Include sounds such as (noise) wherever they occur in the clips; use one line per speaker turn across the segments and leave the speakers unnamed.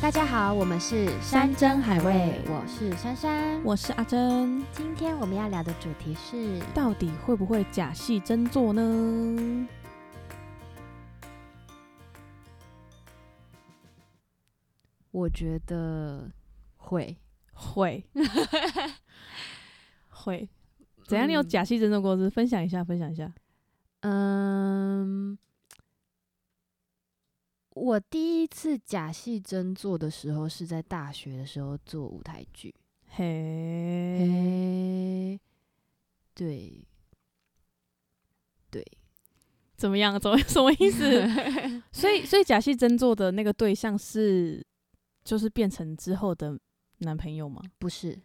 大家好，我们是
山珍海味
我是珊珊。
我是阿珍，
今天我们要聊的主题是
到底会不会假戏真做呢？
我觉得会，
(laughs) 会，会，怎样？你有假戏真做过？是分享一下，分享一下。
嗯，我第一次假戏真做的时候是在大学的时候做舞台剧。
嘿，
诶，对，对，
怎么样？怎么 (laughs) 什么意思？所以，所以假戏真做的那个对象是，就是变成之后的男朋 (laughs) 友吗？
不是，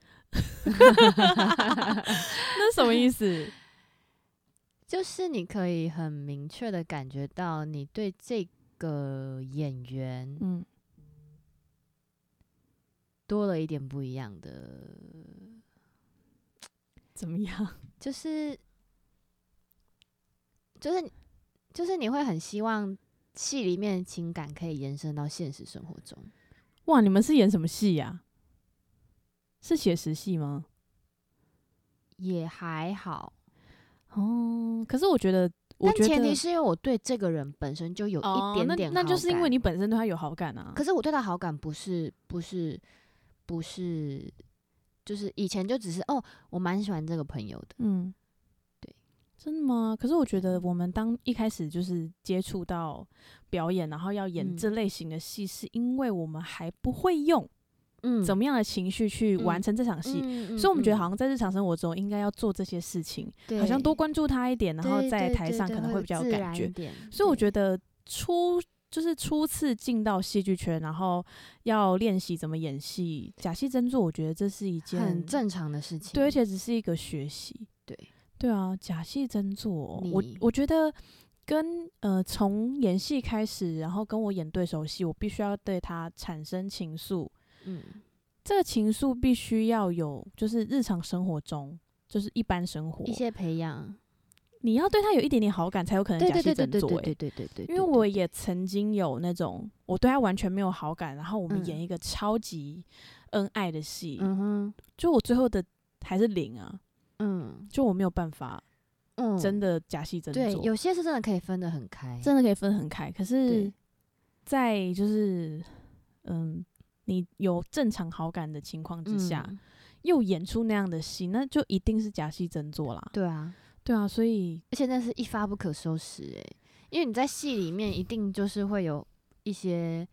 那什么意思？
就是你可以很明确的感觉到你对这个演员
嗯，
多了一点不一样的，
怎么样？
就是就是就是你会很希望戏里面的情感可以延伸到现实生活中。
哇，你们是演什么戏呀、是写实戏吗？
也还好，
哦，可是我觉得，我
但
觉得
前提是因为我对这个人本身就有一点点、
哦、那那就是因为，你本身对他有好感啊。
可是我对他好感不是不是不是，就是以前就只是哦，我蛮喜欢这个朋友的，
嗯，
对，啊
真的吗？可是我觉得我们当一开始就是接触到表演，然后要演
嗯
这类型的戏，是因为我们还不会用
嗯，
怎么样的情绪去完成这场戏，
嗯
所以我们觉得
嗯
好像在日常生活中应该要做这些事情，
对
好像多关注他一点，然后
对
在
对
台
对
上
对
可能
会
比较
自
有感
然
觉
一。点
所以我
对
觉得初就是初次进到戏剧圈，然后要练习怎么演戏，假戏真做，我觉得这是一件
很正常的事情，
对，而且只是一个学习。
对
对啊，假戏真做哦、我
你
我觉得跟呃从演戏开始，然后跟我演对手戏，我必须要对他产生情愫。
嗯
这个情愫必须要有，就是日常生活中，就是一般生活，
一些培养，
你要对他有一点点好感，才有可能
对
假
对
戏
对对
真
对
做、
对
欸
对对对对，
因
对
为我
对
也曾经有那种我对他完全没有好感，然后我们
嗯
演一个超级恩爱的戏，
嗯哼
就我最后的还是零啊，
嗯
就我没有办法
嗯，
真的假戏真
对，
做，
有些是真的可以分得很开，
真的可以分很开。可是
对，
在就是嗯，你有正常好感的情况之下，
嗯
又演出那样的戏，那就一定是假戏真做啦。
对啊，
对啊，所以
而且那是一发不可收拾哎、因为你在戏里面一定就是会有一些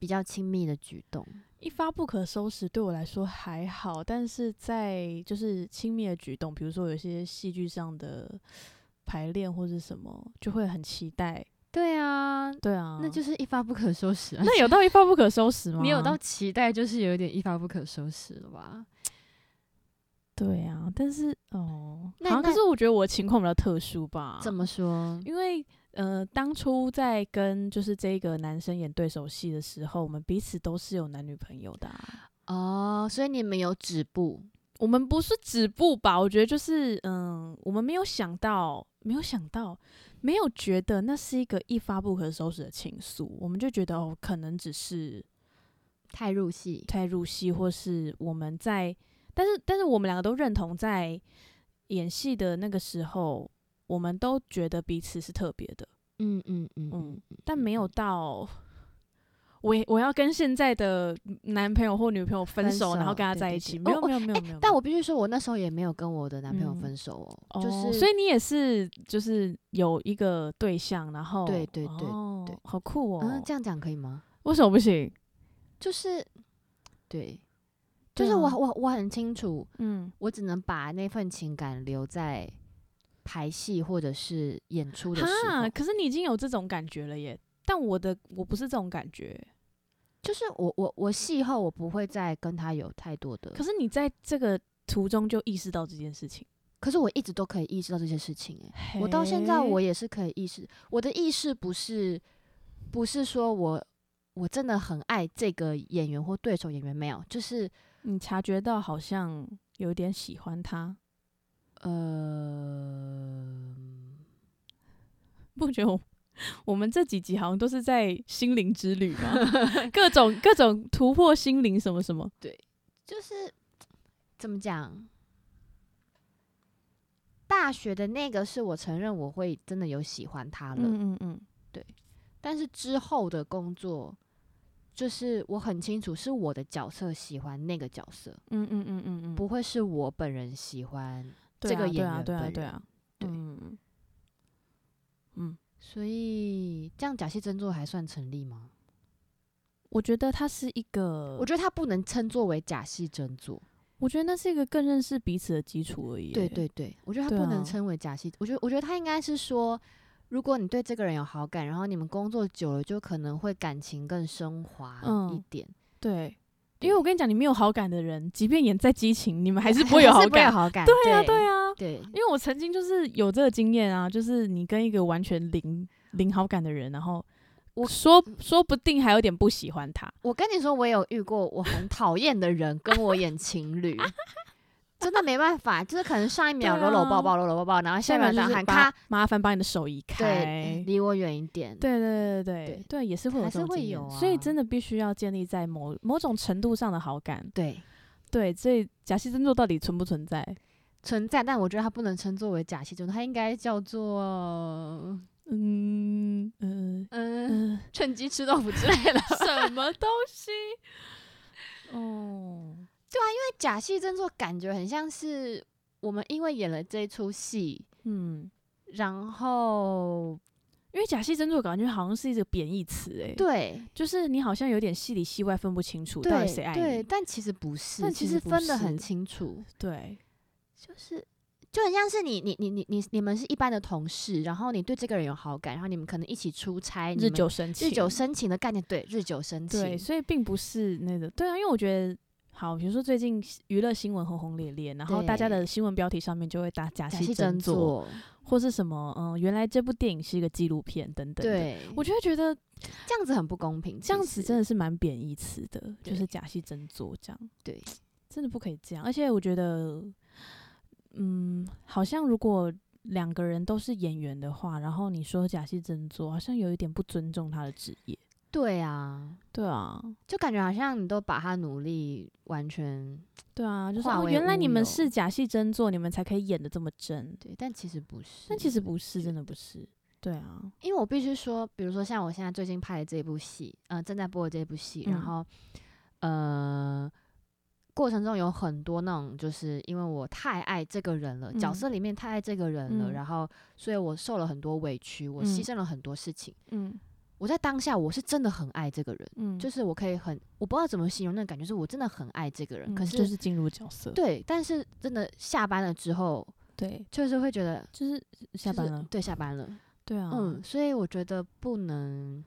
比较亲密的举动，
一发不可收拾对我来说还好，但是在就是亲密的举动，比如说有些戏剧上的排练或是什么，就会很期待。
对啊，
对啊，
那就是一发不可收拾啊，
(laughs) 那有到一发不可收拾吗？
你有到期待就是有点一发不可收拾了吧？
对啊，但是哦，
那
好像可
那
是我觉得我情况比较特殊吧。
怎么说？
啊因为呃，当初在跟就是这个男生演对手戏的时候，我们彼此都是有男女朋友的啊、
哦，所以你们有止步，
我们不是止步吧？我觉得就是，嗯，我们没有想到，没有想到，没有觉得那是一个一发不可收拾的情愫，我们就觉得哦，可能只是
太入戏，
太入戏，或是我们在，但是但是我们两个都认同，在演戏的那个时候，我们都觉得彼此是特别的，
嗯嗯嗯
嗯
嗯，
但没有到。我也我要跟现在的男朋友或女朋友分
分
手，然后
手
跟他
对
在
对
一
对
起，
哦
没有
哦
没有没有没有没有。
但我必须说，我那时候也没有跟我的男朋友
嗯
分手哦，
哦，
就是
所以你也是就是有一个对象，然后
对对对
哦
对
好酷哦！
嗯，这样讲可以吗？
为什么不行？
就是对，就
对
是我
啊
我我很清楚，
嗯，
我只能把那份情感留在排戏或者是演出的时
哈，
候，
可是你已经有这种感觉了耶，但我的我不是这种感觉。
就是我我我戏后我不会再跟他有太多的，
可是你在这个途中就意识到这件事情，
可是我一直都可以意识到这些事情、欸，我到现在
嘿
我也是可以意识，我的意识不是不是说我我真的很爱这个演员或对手演员，没有，就是
你察觉到好像有点喜欢他，
呃，
不觉得我 (laughs) 我们这几集好像都是在心灵之旅
(laughs)
嘛，各种各种突破心灵什么什么。
就是怎么讲？大学的那个是我承认我会真的有喜欢他了，
嗯嗯嗯，
但是之后的工作，就是我很清楚是我的角色喜欢那个角色，
嗯嗯嗯嗯嗯，
不会是我本人喜欢，
对
这
啊
个
对
演
啊
员
对啊
本
对
人
啊，
对
嗯嗯，
所以这样假戏真做还算成立吗？
我觉得它是一个，
我觉得他不能称作为假戏真做。
我觉得那是一个更认识彼此的基础而已。
对，对对，我觉得他
对
不
啊
能称为假戏。我觉得，我觉得他应该是说，如果你对这个人有好感，然后你们工作久了，就可能会感情更升华一
嗯
点，
对，
对
因为我跟你讲，你没有好感的人，即便演再激情，你们
(laughs)
还是不会
有
有好感。
好感。
对啊，
对
对啊，
对
因为我曾经就是有这个经验啊，就是你跟一个完全零零好感的人，然后
我嗯
说说不定还有点不喜欢他。
我跟你说，我也有遇过我很讨厌的人跟我演情
(laughs)
侣，真的没办法，就是可能上一秒
对
搂搂
啊
抱抱搂搂抱抱，然后下一秒
面
打
就是
喊
把
咔，
麻烦把你的手移
对，
开。
离我远一点。
对对对对
对
对对，也是会有
还
这
是
种
会
经验
有
所以
啊
真的必须要建立在某某种程度上的好感。
对，
对，所以假戏真做到底存不存在？
存在，但我觉得它不能称作为假戏真做，它应该叫做
嗯嗯
嗯， (laughs)
嗯，
趁机吃豆腐之类 (laughs) 的。
什么东西？
(laughs)
哦，
假戏真做感觉很像是我们因为演了这一出戏，
嗯，
然后
因为假戏真做感觉好像是一个贬义词，哎，，
对
就是你好像有点戏里戏外分不清楚到底
对
谁爱
对，
你，
但其实不是，
但
其
其实不
分得很
是
清楚，
对
就是。就很像是你你你你你你们是一般的同事，然后你对这个人有好感，然后你们可能一起出差，你
日
们
久生情，
日久生情的概念，对日久生情，
对，所以并不是那个对啊，因为我觉得。好，比如说最近娱乐新闻轰轰烈烈，然后大家
对
的新闻标题上面就会打假
假
戏
戏真
做，
做，
或是什么嗯，原来这部电影是一个纪录片等等的，
对，
我就会觉得
这样子很不公平，
这样子真
的
的是蛮贬义词的，就
对
是假戏真做这样。
对，
真的不可以这样。而且我觉得，嗯，好像如果两个人都是演员的话，然后你说假戏真做，好像有一点不尊重他的职业。
对啊，
对啊，
就感觉好像你都把他努力完全
对啊，就是
化
哦，
为
原来你
乌
们
有
是假戏真做，你们才可以演的这么真。
对，但其实不是。
但其实不是，
觉
真的不是。对啊，
因为我必须说，比如说像我现在最近拍的这部戏，呃，正在播的这部戏，然
嗯
后呃，过程中有很多那种，就是因为我太爱这个人了，角
嗯
色里面太爱这个人了，
嗯
然后所以我受了很多委屈，我牺
嗯
牲了很多事情。
嗯
我在当下我是真的很爱这个人，
嗯，
就是是我可以很，我不知道怎么形容那个感觉，是我真的很爱这个人，可嗯是、
就是进入角色。
对，但是真的下班了之后，
对，
就是会觉得
就是下
就是
班了。
对，下班了。
对啊，
嗯，所以我觉得不能，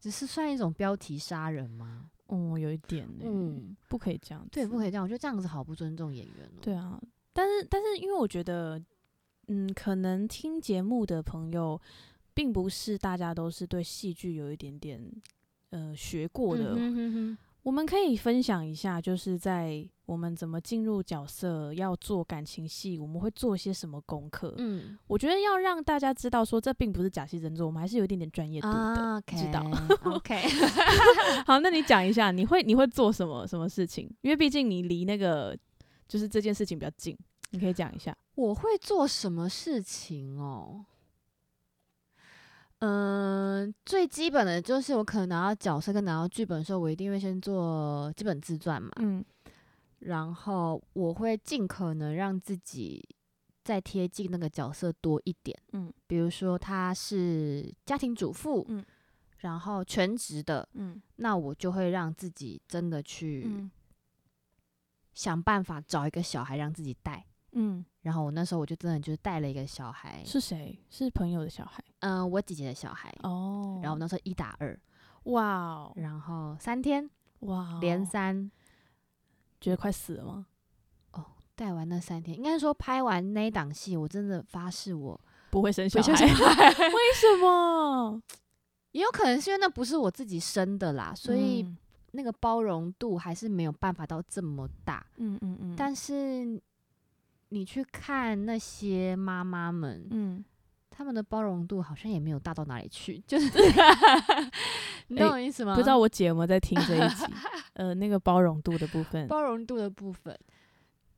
只是算一种标题杀人吗？
哦，有一点欸，
嗯，
不可以这样子。
对，不可以这样，我觉得这样子好不尊重演员哦、
对啊，但是但是因为我觉得，嗯，可能听节目的朋友，并不是大家都是对戏剧有一点点呃学过的。
嗯哼哼哼
我们可以分享一下，就是在我们怎么进入角色，要做感情戏，我们会做些什么功课。
嗯，
我觉得要让大家知道说，这并不是假戏真做，我们还是有一点点专业度的。
啊，OK，
知道
(laughs)
(laughs)
OK，
好，那你讲一下，你会你会做什么什么事情？因为毕竟你离那个就是这件事情比较近，你可以讲一下。
我会做什么事情哦？嗯，最基本的就是我可能拿到角色跟拿到剧本的时候，我一定会先做基本自传嘛，
嗯
然后我会尽可能让自己再贴近那个角色多一点。
嗯
比如说他是家庭主妇，
嗯
然后全职的，
嗯
那我就会让自己真的去
嗯
想办法找一个小孩让自己带。
嗯，
然后我那时候我就真的就是带了一个小孩，
是谁？是朋友的小孩
嗯、我姐姐的小孩。
哦
然后我那时候一打二，
哇哦
然后三天
哇哦，
连三
觉得快死了吗？
带完那三天，应该说拍完那一档戏，我真的发誓我
不会生
不
小孩？
生小孩
为什么？
也有可能是因为那不是我自己生的啦，所以
嗯
那个包容度还是没有办法到这么大。
嗯嗯嗯，
但是你去看那些妈妈们，
嗯
他们的包容度好像也没有大到哪里去， (laughs)
(laughs)
就是你
哎
懂我意思吗？
不知道我姐有没有在听这一
(laughs)
集？呃，那个包容度的部分，
包容度的部分，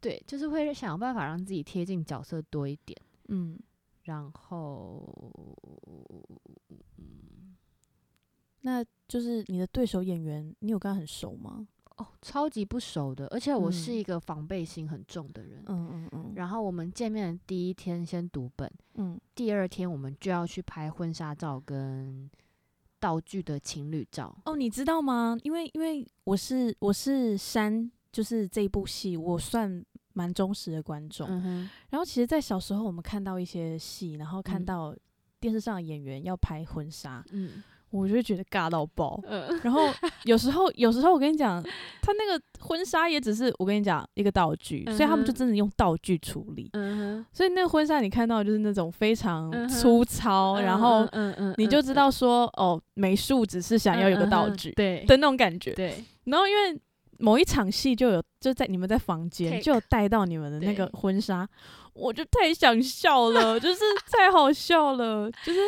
对，就是会想办法让自己贴近角色多一点，
嗯，
然后
那就是你的对手演员，你有跟他很熟吗？
哦，超级不熟的，而且我是
嗯
一个防备心很重的人。
嗯嗯嗯，
然后我们见面的第一天先读本，
嗯
第二天我们就要去拍婚纱照跟道具的情侣照。
哦，你知道吗？因为因为我是我是山，就是这一部戏，我算蛮忠实的观众。
嗯哼，
然后其实，在小时候我们看到一些戏，然后看
嗯
到电视上的演员要拍婚纱，
嗯
我就会觉得尬到爆。
嗯， (laughs)
然后有时候，有时候我跟你讲，他那个婚纱也只是我跟你讲一个道具，所以他们就
嗯哼
真的用道具处理。
嗯哼，
所以那个婚纱你看到的就是那种非常
嗯哼
粗糙，哦然后
嗯嗯
你就知道说，哦，美术只是想要有个道具
对
的那种感觉。
对，
然后因为某一场戏就有就在你们在房间
Take
就有带到你们的那个
对
婚纱，我就太想笑
(laughs)
了，就是太好笑了，就是。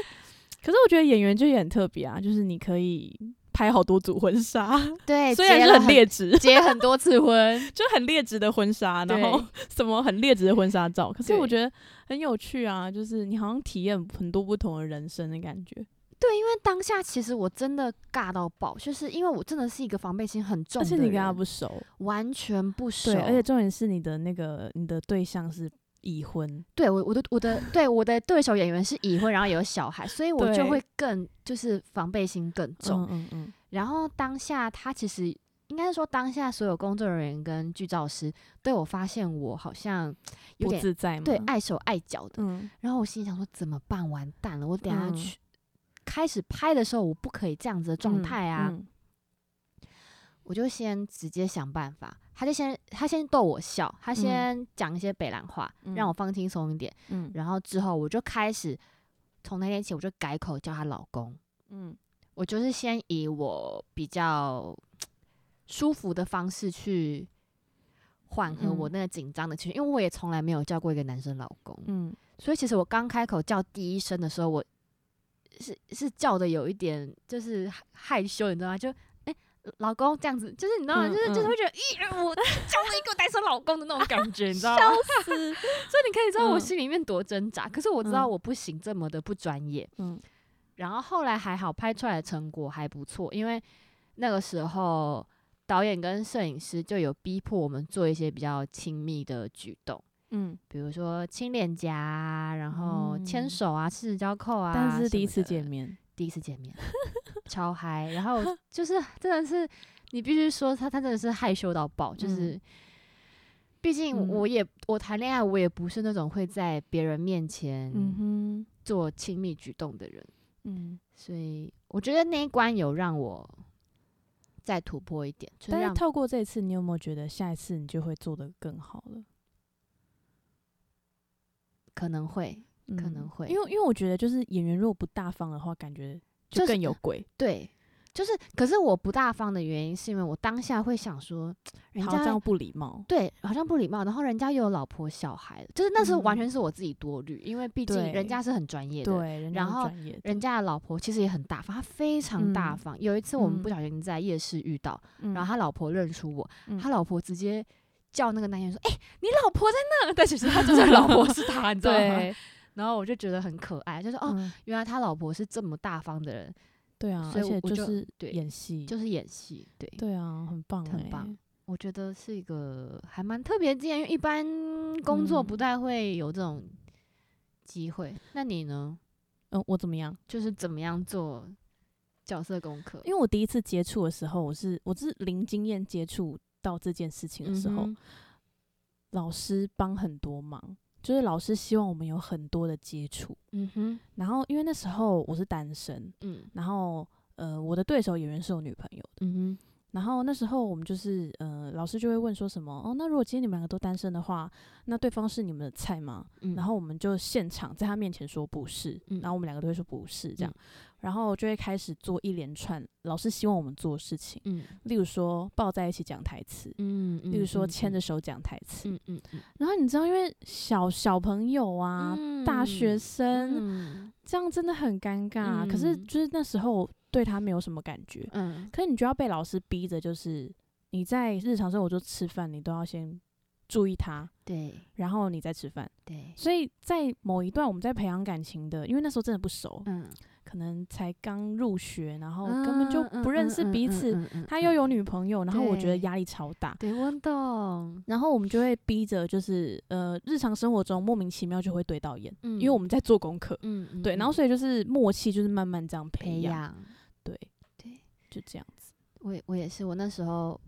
可是我觉得演员就也很特别啊，就是你可以拍好多组婚纱，
(laughs) 对，
虽然
结
是
了
很劣质，
结很多
(laughs)
次婚，
就很劣质的婚纱，然后 (laughs) 什么很劣质的婚纱照，可是
对
我觉得很有趣啊，就是你好像体验很多不同的人生的感觉，
但当下其实我真的尬到爆，就是因为我真的是一个防备心很重
而
的
且
人，
你跟他不熟，
完全不熟，
对，而且重点是你的那个你的对象是已婚，
对我我的我的对我的对手演员是已婚，然后有小孩，所以我就
对
会更就是防备心更重。
嗯嗯
然后当下他其实应该是说当下所有工作人员跟剧照师都有发现我好像
嗯，
有
不
点
自在吗？
对碍手碍脚的，
嗯，
然后我心里想说怎么办？完蛋了，我等下
嗯
去、开始拍的时候我不可以这样子的状
嗯
态啊。
嗯
我就先直接想办法，他就先他先逗我笑，他先讲一些北兰话，
嗯
让我放轻松一点。
嗯
然后之后我就开始，从那天起我就改口叫她老公，
嗯
我就是先以我比较舒服的方式去缓和
嗯
我那个紧张的情绪，因为我也从来没有叫过一个男生老公，
嗯，
所以其实我刚开口叫第一声的时候，我是是叫的有一点就是害害羞，你知道吗？就哎、老公这样子，就是你知道吗？
嗯
就是就是
嗯
会觉得，咦、我 (laughs) 叫了一个单身老公的那种感觉，你知道吗？ (laughs)
笑死，
所以你可以知道我
嗯
心里面多挣扎，可是我知道
嗯
我不行这么的不专业。
嗯
然后后来还好，拍出来的成果还不错，因为那个时候导演跟摄影师就有逼迫我们做一些比较亲密的举动。
嗯，
比如说亲脸颊啊，然后牵
嗯
手啊，十指交扣啊，
但是第一次见
面，
面，
第一次见面超嗨，然
(laughs)
后就是真的是你必须说他，他真的是害羞到爆，就是。毕竟
嗯
我也、我谈恋爱，我也不是那种会在别人面前
嗯哼，
做亲密举动的人，
嗯，
所以我觉得那一关有让我再突破一点，就是
但
让
是透过这一次，你有没有觉得下一次你就会做得更好了？
可能会可能
嗯
会
因为因为我觉得就是演员如果不大方的话，感觉
就
就是更有鬼，
对，就是可是我不大方的原因是因为我当下会想说，人
好像这
家
样不礼貌。
对，好像不礼貌，然后人家又有老婆小孩了，就是那时候完全是我自己多虑，因为毕竟人
嗯对
家是很专业的，
对，人
然
家是
后
专业的，
人家的老婆其实也很大方，他非常大
嗯
方。有一次我们
嗯
不小心在夜市遇到，
嗯
然后他老婆认出我，
嗯
他老婆直接。叫那个男演员说：“哎、你老婆在那。”但其实他就是老婆是他，你知道吗？
对，
然后我就觉得很可爱，就说：“哦，
嗯，
原来他老婆是这么大方的人，
对啊，
所
而
以我
且
我就
就是
对
演戏，
就是演戏。”对，
对啊，很棒欸，
很棒我觉得是一个还蛮特别的经验，因为一般工作
嗯
不太会有这种机会。那你呢？
嗯，我怎么样？
就是怎么样做角色功课？
因为我第一次接触的时候，我是我是零经验接触到这件事情的时
嗯
候，
哼
老师帮很多忙，就是老师希望我们有很多的接触。
嗯哼，
然后因为那时候我是单身，
嗯
然后呃我的对手演员是有女朋友的，
嗯
然后那时候我们就是呃老师就会问说什么哦，那如果今天你们两个都单身的话，那对方是你们的菜吗？
哼，嗯
然后我们就现场在他面前说不是，
嗯
然后我们两个都会说不是这样，然后就会开始做一连串老师希望我们做的事情，
嗯
例如说抱在一起讲台词，
嗯，
例如说牵着
嗯
手讲台词，
嗯嗯嗯
然后你知道，因为小小朋友啊，大学生，
嗯
这样真的很尴尬啊。可是
嗯
就是那时候对他没有什么感觉，
嗯，
可是你就要被老师逼着，就是你在日常生活中吃饭，你都要先注意他，
对
然后你再吃饭。
对，
所以在某一段我们在培养感情的，因为那时候真的不熟，
嗯，
可能才刚入学，然后根本就
嗯
不认识彼此。，他又，有女朋友，然后我觉得
对
压力超大，
对我懂，
然后我们就会逼着，就是呃，日常生活中莫名其妙就会对到眼，
嗯
因为我们在做功课，
嗯嗯
对，然后
嗯
所以就是默契，就是慢慢这样培
培
养，
养，
对，
对
就这样子，
我也我也是，我那时候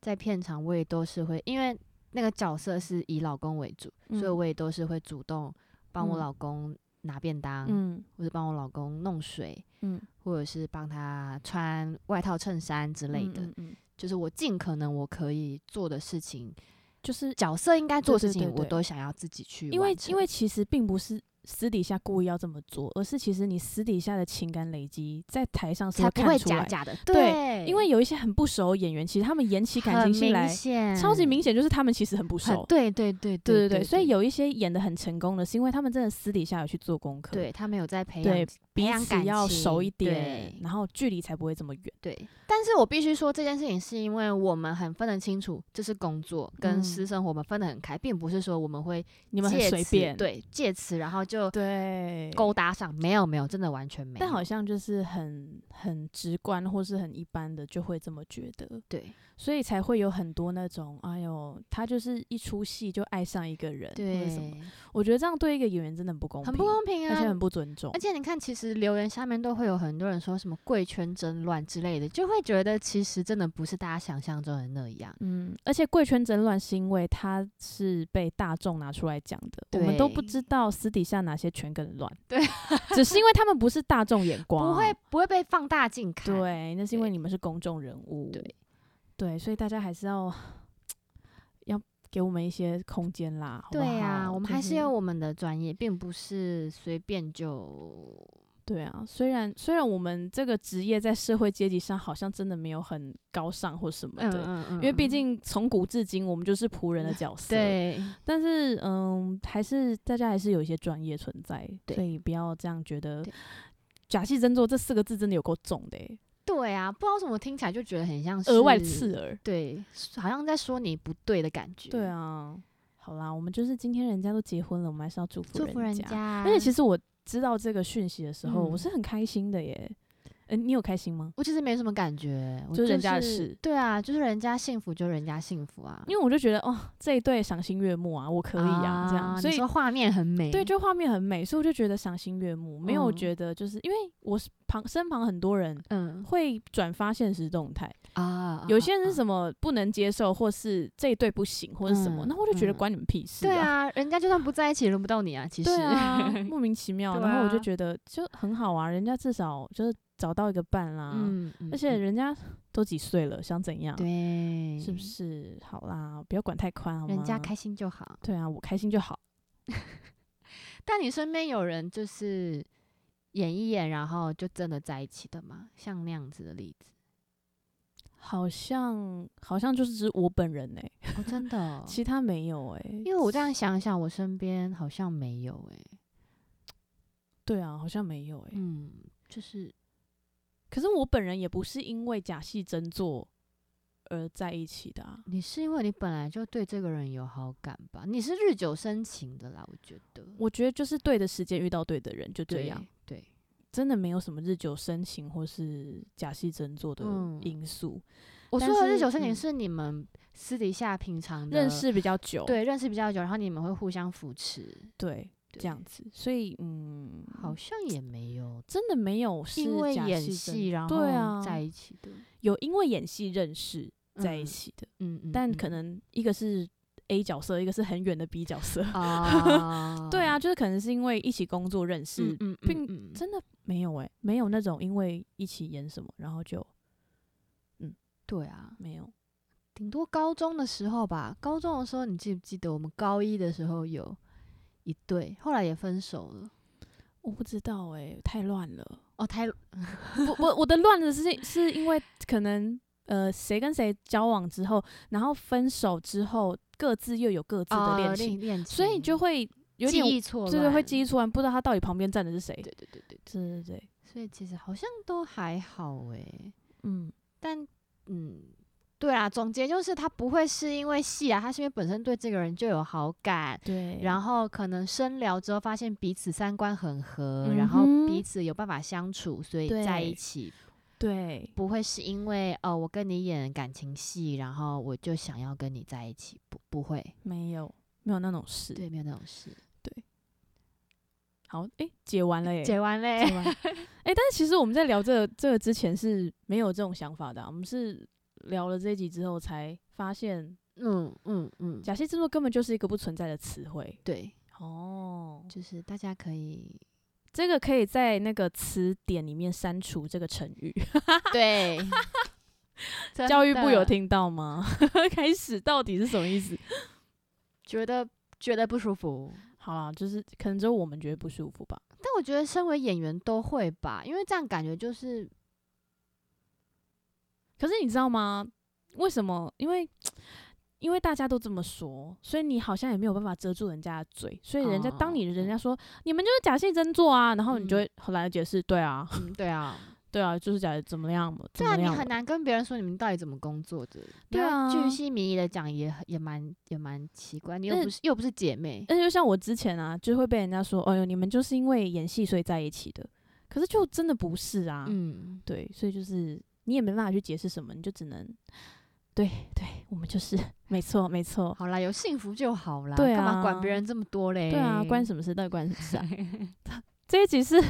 在片场，我也都是会，因为那个角色是以老公为主，所以
嗯
我也都是会主动帮我
嗯
老公拿便当，
嗯
或者帮我老公弄水，
嗯
或者是帮他穿外套、衬衫之类的，
嗯嗯嗯
就是我尽可能我可以做的事情，
就是
角色应该做的
对
事情，
对对
我
对
都想要自己去
因为
完成
因为其实并不是。私底下故意要这么做，而是其实你私底下的情感累积在台上是
才不
看
会
出
假
来，
假的，
对因为有一些很不熟的演员，其实他们演起感
很
情戏
明
来，
显，
超级明显，就是他们其实很不
很
熟，
对对对
对
对
对对，所以有一些演的很成功的，是因为他们真的私底下有去做功课，，
对他没有在培
对
养培
彼
养
此
感
要熟
情
一点
对，
然后距离才不会这么远。
对，但是我必须说这件事情，是因为我们很分得清楚，这是工作跟
嗯
私生活，我们分得很开，并不是说我们会
你们很
借
随
此
便，
对，借此然后就
对
勾搭上，没有没有，真的完全没有。
但好像就是很很直观或是很一般的就会这么觉得，
对
所以才会有很多那种，哎呦，他就是一出戏就爱上一个人，或者什么。
对，
我觉得这样对一个演员真的很不公平，
很不公平
而且
啊
很！不尊重
而。且你看，其实留言下面都会有很多人说什么“贵圈争乱”之类的，就会觉得其实真的不是大家想象中的那样。
嗯，而且贵圈争乱是因为它是被大众拿出来讲的，我们都不
对
知道私底下哪些圈更乱。
对，
只是因为他们不是大众眼光，
(laughs) 不会。不会被放大镜看，
对，那是因为
对
你们是公众人物。
对
对，所以大家还是要要给我们一些空间啦，好不
对啊，
好
我们
就
还是有我们的专业，并不是随便就
对啊。虽然虽然我们这个职业在社会阶级上好像真的没有很高尚或什么
嗯
的，
嗯嗯，
因为毕
嗯
竟从古至今我们就是仆人的角色。
对
但是嗯，还是大家还是有一些专业存在，
对
所以不要这样觉得
对。
假戏真做这四个字真的有够重的欸、
对啊，不知道为什么听起来就觉得很像
额外
是
刺耳。
对，好像在说你不对的感觉。
对，啊，好啦，我们就是今天人家都结婚了，我们还是要祝福
祝福人
家。
家。
而且其实我知道这个讯息的时候，我
嗯
是很开心的耶。呃，你有开心吗？
我其实没什么感觉，我
就是人家的
是
事
对啊，就是人家幸福就人家幸福啊，
因为我就觉得哦，这一对赏心悦目啊，我可以啊，这样，
你
所以
说画面很美。
对，就画面很美，所以我就觉得赏心悦目，没有
嗯
觉得就是因为我是旁身旁很多人
嗯
会转发现实动态，
啊，
有些人是
么？
什么不能接受，或是这一对不行，或是什么，
嗯
那我就觉得
嗯
关你们屁事、
对，啊，人家就算不在一起，轮不到你啊。其实，
对 (laughs) 啊，莫名其妙。
对
然后我就
啊
觉得就很好啊，人家至少就是找到一个伴啦，
嗯，嗯
而且
嗯
人家都几岁了，想怎样？
对，
是不？是？好啦，不要管太宽，好吗？
人家开心就好。 (laughs)
对啊，我开心就好。
但你身边有人就是演一演，然后就真的在一起的吗？像那样子的例子，
好像好像就是只我本人哎、
哦，真的哦、
其他没有哎、
(laughs) 因为我这样想想，我身边好像没有欸诶、
对啊，好像没有哎、
嗯，就是
可是我本人也不是因为假戏真做而在一起的啊。
你是因为你本来就对这个人有好感吧？你是日久生情的啦，我觉得。
我觉得就是对的时间遇到对的人，就这
对
样，
对，
真的没有什么日久生情或是假戏真做的
嗯
因素。
我
但
说的日
是
久生情
嗯
是你们私底下平常的
认识比较久，
对认识比较久，然后你们会互相扶持，
对，
对
这样子，所以嗯，
好像也没有
真的没有是
因为
假
演
戏真
戏然
对啊
后在一起的，
有因为演戏认识在一
嗯
起的，
嗯嗯，
但
嗯 (laughs)
可能一个是 A 角色，一个是很远的 B 角色。
哦啊
对啊，就是可能是因为一起工作认识，
嗯嗯，
并
嗯嗯
真的没有哎、没有那种因为一起演什么，然后就
对啊，
没有。
顶多高中的时候吧。高中的时候，你记不记得我们高一的时候有一对，后来也分手了。
我不知道哎、太乱了。
哦，太
我 (laughs) 我我的乱的是是因为可能呃谁跟谁交往之后，然后分手之后各自又有各自的
啊
恋情，
恋恋情，嗯
所以就会有
记
点
忆错乱，
对对会记忆错乱，不知道他到底旁边站的是谁。
对对对对，
对对对，
所以其实好像都还好诶、
嗯，
但嗯，对啊，总结就是他不会是因为戏啊，他是因为本身对这个人就有好感，
对。后
然后可能深聊之后发现彼此三观很合，
嗯
然后
哼
彼此有办法相处，所以在一
对
起
对
不会是因为哦我跟你演感情戏，然后我就想要跟你在一起，不不会，
没有没有那种事。
对，没有那种事。
好，诶，解完了耶，
解完嘞，
解完。哎、但是其实我们在聊这个这个之前是没有这种想法的啊、我们是聊了这一集之后才发现，
嗯嗯嗯，
假戏制作根本就是一个不存在的词汇。
对，
哦，
就是大家可以
这个可以在那个词典里面删除这个成语。
(laughs) (laughs) 对真
教育部有
的
听到吗？ (laughs) 开始到底是什么意思？
觉得觉得不舒服，
好啦，就是可能只有我们觉得不舒服吧。
但我觉得身为演员都会吧，因为这样感觉就是
可是你知道吗？为什么？因为因为大家都这么说，所以你好像也没有办法遮住人家的嘴，所以人家、当你
哦
人家说你们就是假戏真做啊，然后你就会很懒得解释，对啊，
嗯，对啊，
对啊，就是假的怎么样嘛，怎
对啊，
么
你
样嘛
很难跟别人说你们到底怎么工作的，
对啊
你要巨细靡遗的讲也很也蛮也蛮奇怪，你又
那
不是又不是姐妹，
而且就像我之前啊，就会被人家说，哎呦，你们就是因为演戏所以在一起的，可是就真的不是啊，
嗯，
对，所以就是你也没办法去解释什么，你就只能，对对，我们就是没错没错，
好啦，有幸福就好啦，
对
干嘛管
啊
别人这么多嘞？
对啊，关
什
什么事？到底关什么
(laughs)
事啊？这一集是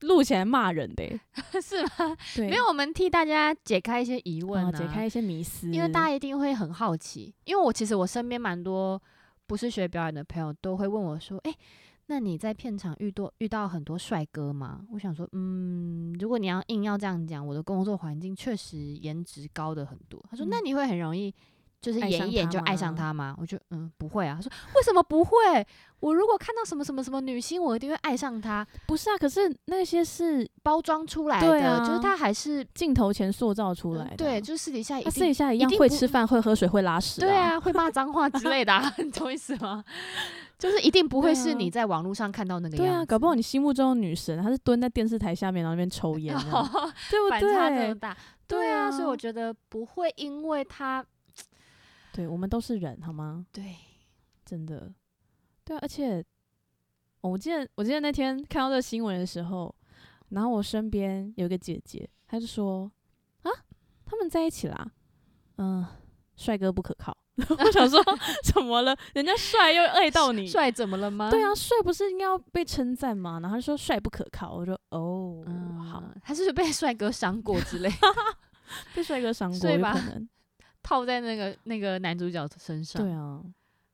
录起来骂人的欸、
(laughs) 么是吗？
对，
没有，我们替大家解开一些疑问、
啊
啊，
解开一些迷思，
因为大家一定会很好奇，因为我其实我身边蛮多不是学表演的朋友都会问我说：“哎、那你在片场遇多遇到很多帅哥吗？”我想说，嗯，如果你要硬要这样讲，我的工作环境确实颜值高的很多。他说：“那
嗯
你会很容易。”就是
爱
演
上
一演
他
就爱上
吗
他吗？我就嗯不会啊。他说为什么不会？我如果看到什么什么什么女星，我一定会爱上她。
不是啊，可是那些是
包装出来
对
的，就是
啊
她还是、
镜头前塑造出
嗯
来的啊、
对，就是私底下一
他私
定
底下一样
定
会
不
吃饭、会喝水、会拉屎、
对
啊，
啊，会骂脏话之类的、啊， (laughs) 你懂意思吗？就是一定不会是你在网络上看到那个样
啊对
子，
啊，搞不好你心目中的女神，她是蹲在电视台下面，然后那边抽烟这样，对不
哦反差这
啊哦对
么？大，
对
对啊，
啊
所以我觉得不会因为他
对，我们都是人，好吗？
对
真的，对啊，而且、哦我记得我记得那天看到这个新闻的时候，然后我身边有一个姐姐，她就说啊，他们在一起啦，嗯、帅哥不可靠。 (laughs) (laughs) 我想说怎么了？人家帅又爱到
(laughs)
你，
帅怎么了吗？
对啊，帅不是应该要被称赞吗？然后她就说帅不可靠，我说哦，
嗯，
好，
他是不是被帅哥伤过之类，
(laughs) 被帅哥伤过
所以
有
吧
可能，
套在那个那个男主角身上，
对啊，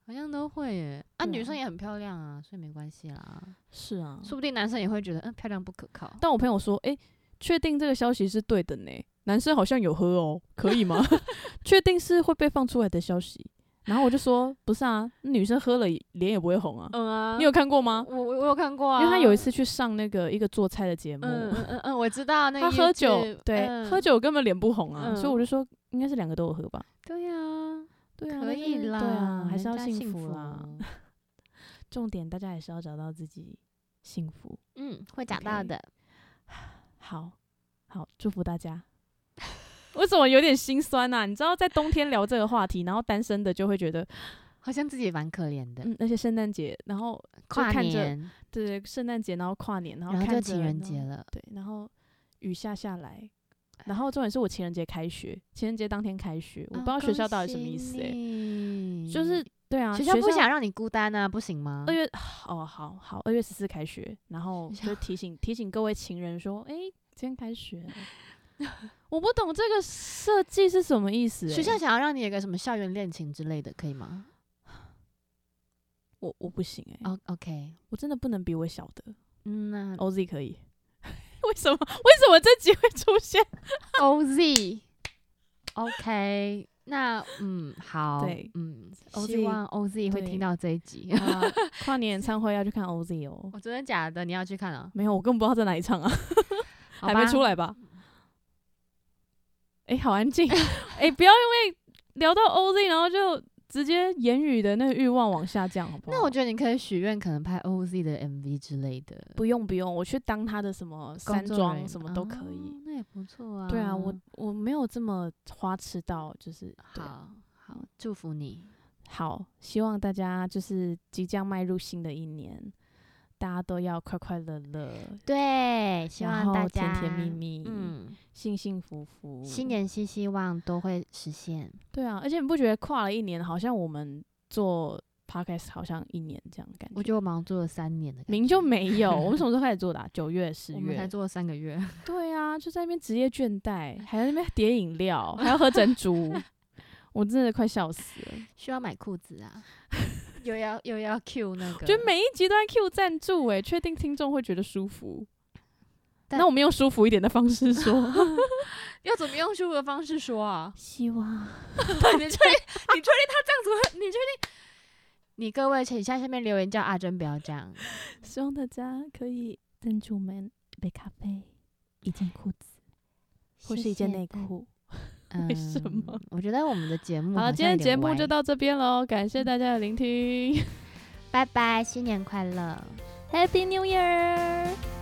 好像都会耶。啊，
对啊
女生也很漂亮啊，所以没关系啦，
是啊。
说不定男生也会觉得嗯漂亮不可靠。
但我朋友说，诶，确定这个消息是对的呢？男生好像有喝哦，可以吗？ (laughs) 确定是会被放出来的消息。然后我就说，不是啊，女生喝了脸也不会红啊。
嗯啊，
你有看过吗？
我我我有看过啊，
因为他有一次去上那个一个做菜的节目，
嗯嗯嗯嗯，我知道那
他
个 YouTube，
喝酒，对，
嗯
喝酒根本脸不红啊，
嗯
所以我就说应该是两个都有喝吧。
对呀、
对啊，
可
但是
以啦，
对啊，还是要
人家幸
福啊啦。重点大家还是要找到自己幸福。
嗯，会找到
OK
的。
好好，祝福大家。 (laughs) 为什么有点心酸啊呐、你知道，在冬天聊这个话题，然后单身的就会觉得，
好像自己也蛮可怜的，
嗯，而且圣诞节，然后
跨
看着
年，
对对，圣诞节，然后跨年，然后
然后
看
就
着
情人节，
然后
了，
对，然后雨下下来，然后重点是我情人节开学，情人节当天开学，我
哦
不知道学校到底什么意思、欸，
哎
就是对啊，
学校不想让你孤单啊，不行吗
二？月哦，好好，二月十四开学，然后
学
就提醒提醒各位情人说，哎、今天开
(laughs)
学了。我不懂这个设计是什么意思、欸。
学校想要让你有个什么校园恋情之类的，可以吗？
我我不行哎、
哦，OK，
我真的不能比我小的
嗯，那
OZ 可以。 (laughs) 为什么为什么这集会出
(laughs)
现？
OZ，OK，那嗯，好，
对
嗯，希
OZ
望 OZ 会
对
听到这一集。
啊跨年演唱会要去看 OZ 哦。
我真的假的？你要去看啊？
没有，我根本不知道在哪里唱啊，
好
还没
吧
出来吧？哎、好安静。哎、不要因为聊到 OZ，然后就。直接言语的那个欲望往下降，好不好？
那我觉得你可以许愿，可能拍 OZ 的 MV 之类的，
不用不用，我去当他的什么
工
山
作人
庄
员
什么
嘛
都
哦
可以。
那也不错啊。
对啊，我我没有这么花痴到，就是对
好好祝福你。
好，希望大家就是即将迈入新的一年，大家都要快快乐乐，
对，希
然
望大
后
家
甜甜蜜嗯蜜，嗯，
嗯，
幸幸福福。
新年新希望都会实现。
对啊，而且你不觉得跨了一年，好像我们做 podcast 好像一年这样的感
我觉得我忙做了三年的感觉，
明就没有，我们什么时候开始做的、啊？九月、十
我们才
月。
做了三个月。 (laughs)
对啊，就在那边职业倦怠，还在那边叠饮料， (laughs) 还要喝珍珠，我真的快笑死了。
需要买裤子
(laughs)
啊，又要又要 Q 那个，
就每一集都在 Q 赞助、欸，确定听众会觉得舒服。
但
那我们用舒服一点的方式说，？
要怎么用舒服的方式说啊 (laughs)
希望
你确定？你确定他这样子会？你确定？你各位，请在下面留言叫阿珍不要这样。
(laughs) 希望大家可以赞助我们一杯咖啡、一件裤子或是一件内裤。
嗯
(laughs) 为什么？
我觉得我们的节目
好，
像
今天
有
的节
点
目就
歪，
到这边喽，感谢大家的聆听
拜拜，新年快乐。
，Happy New Year！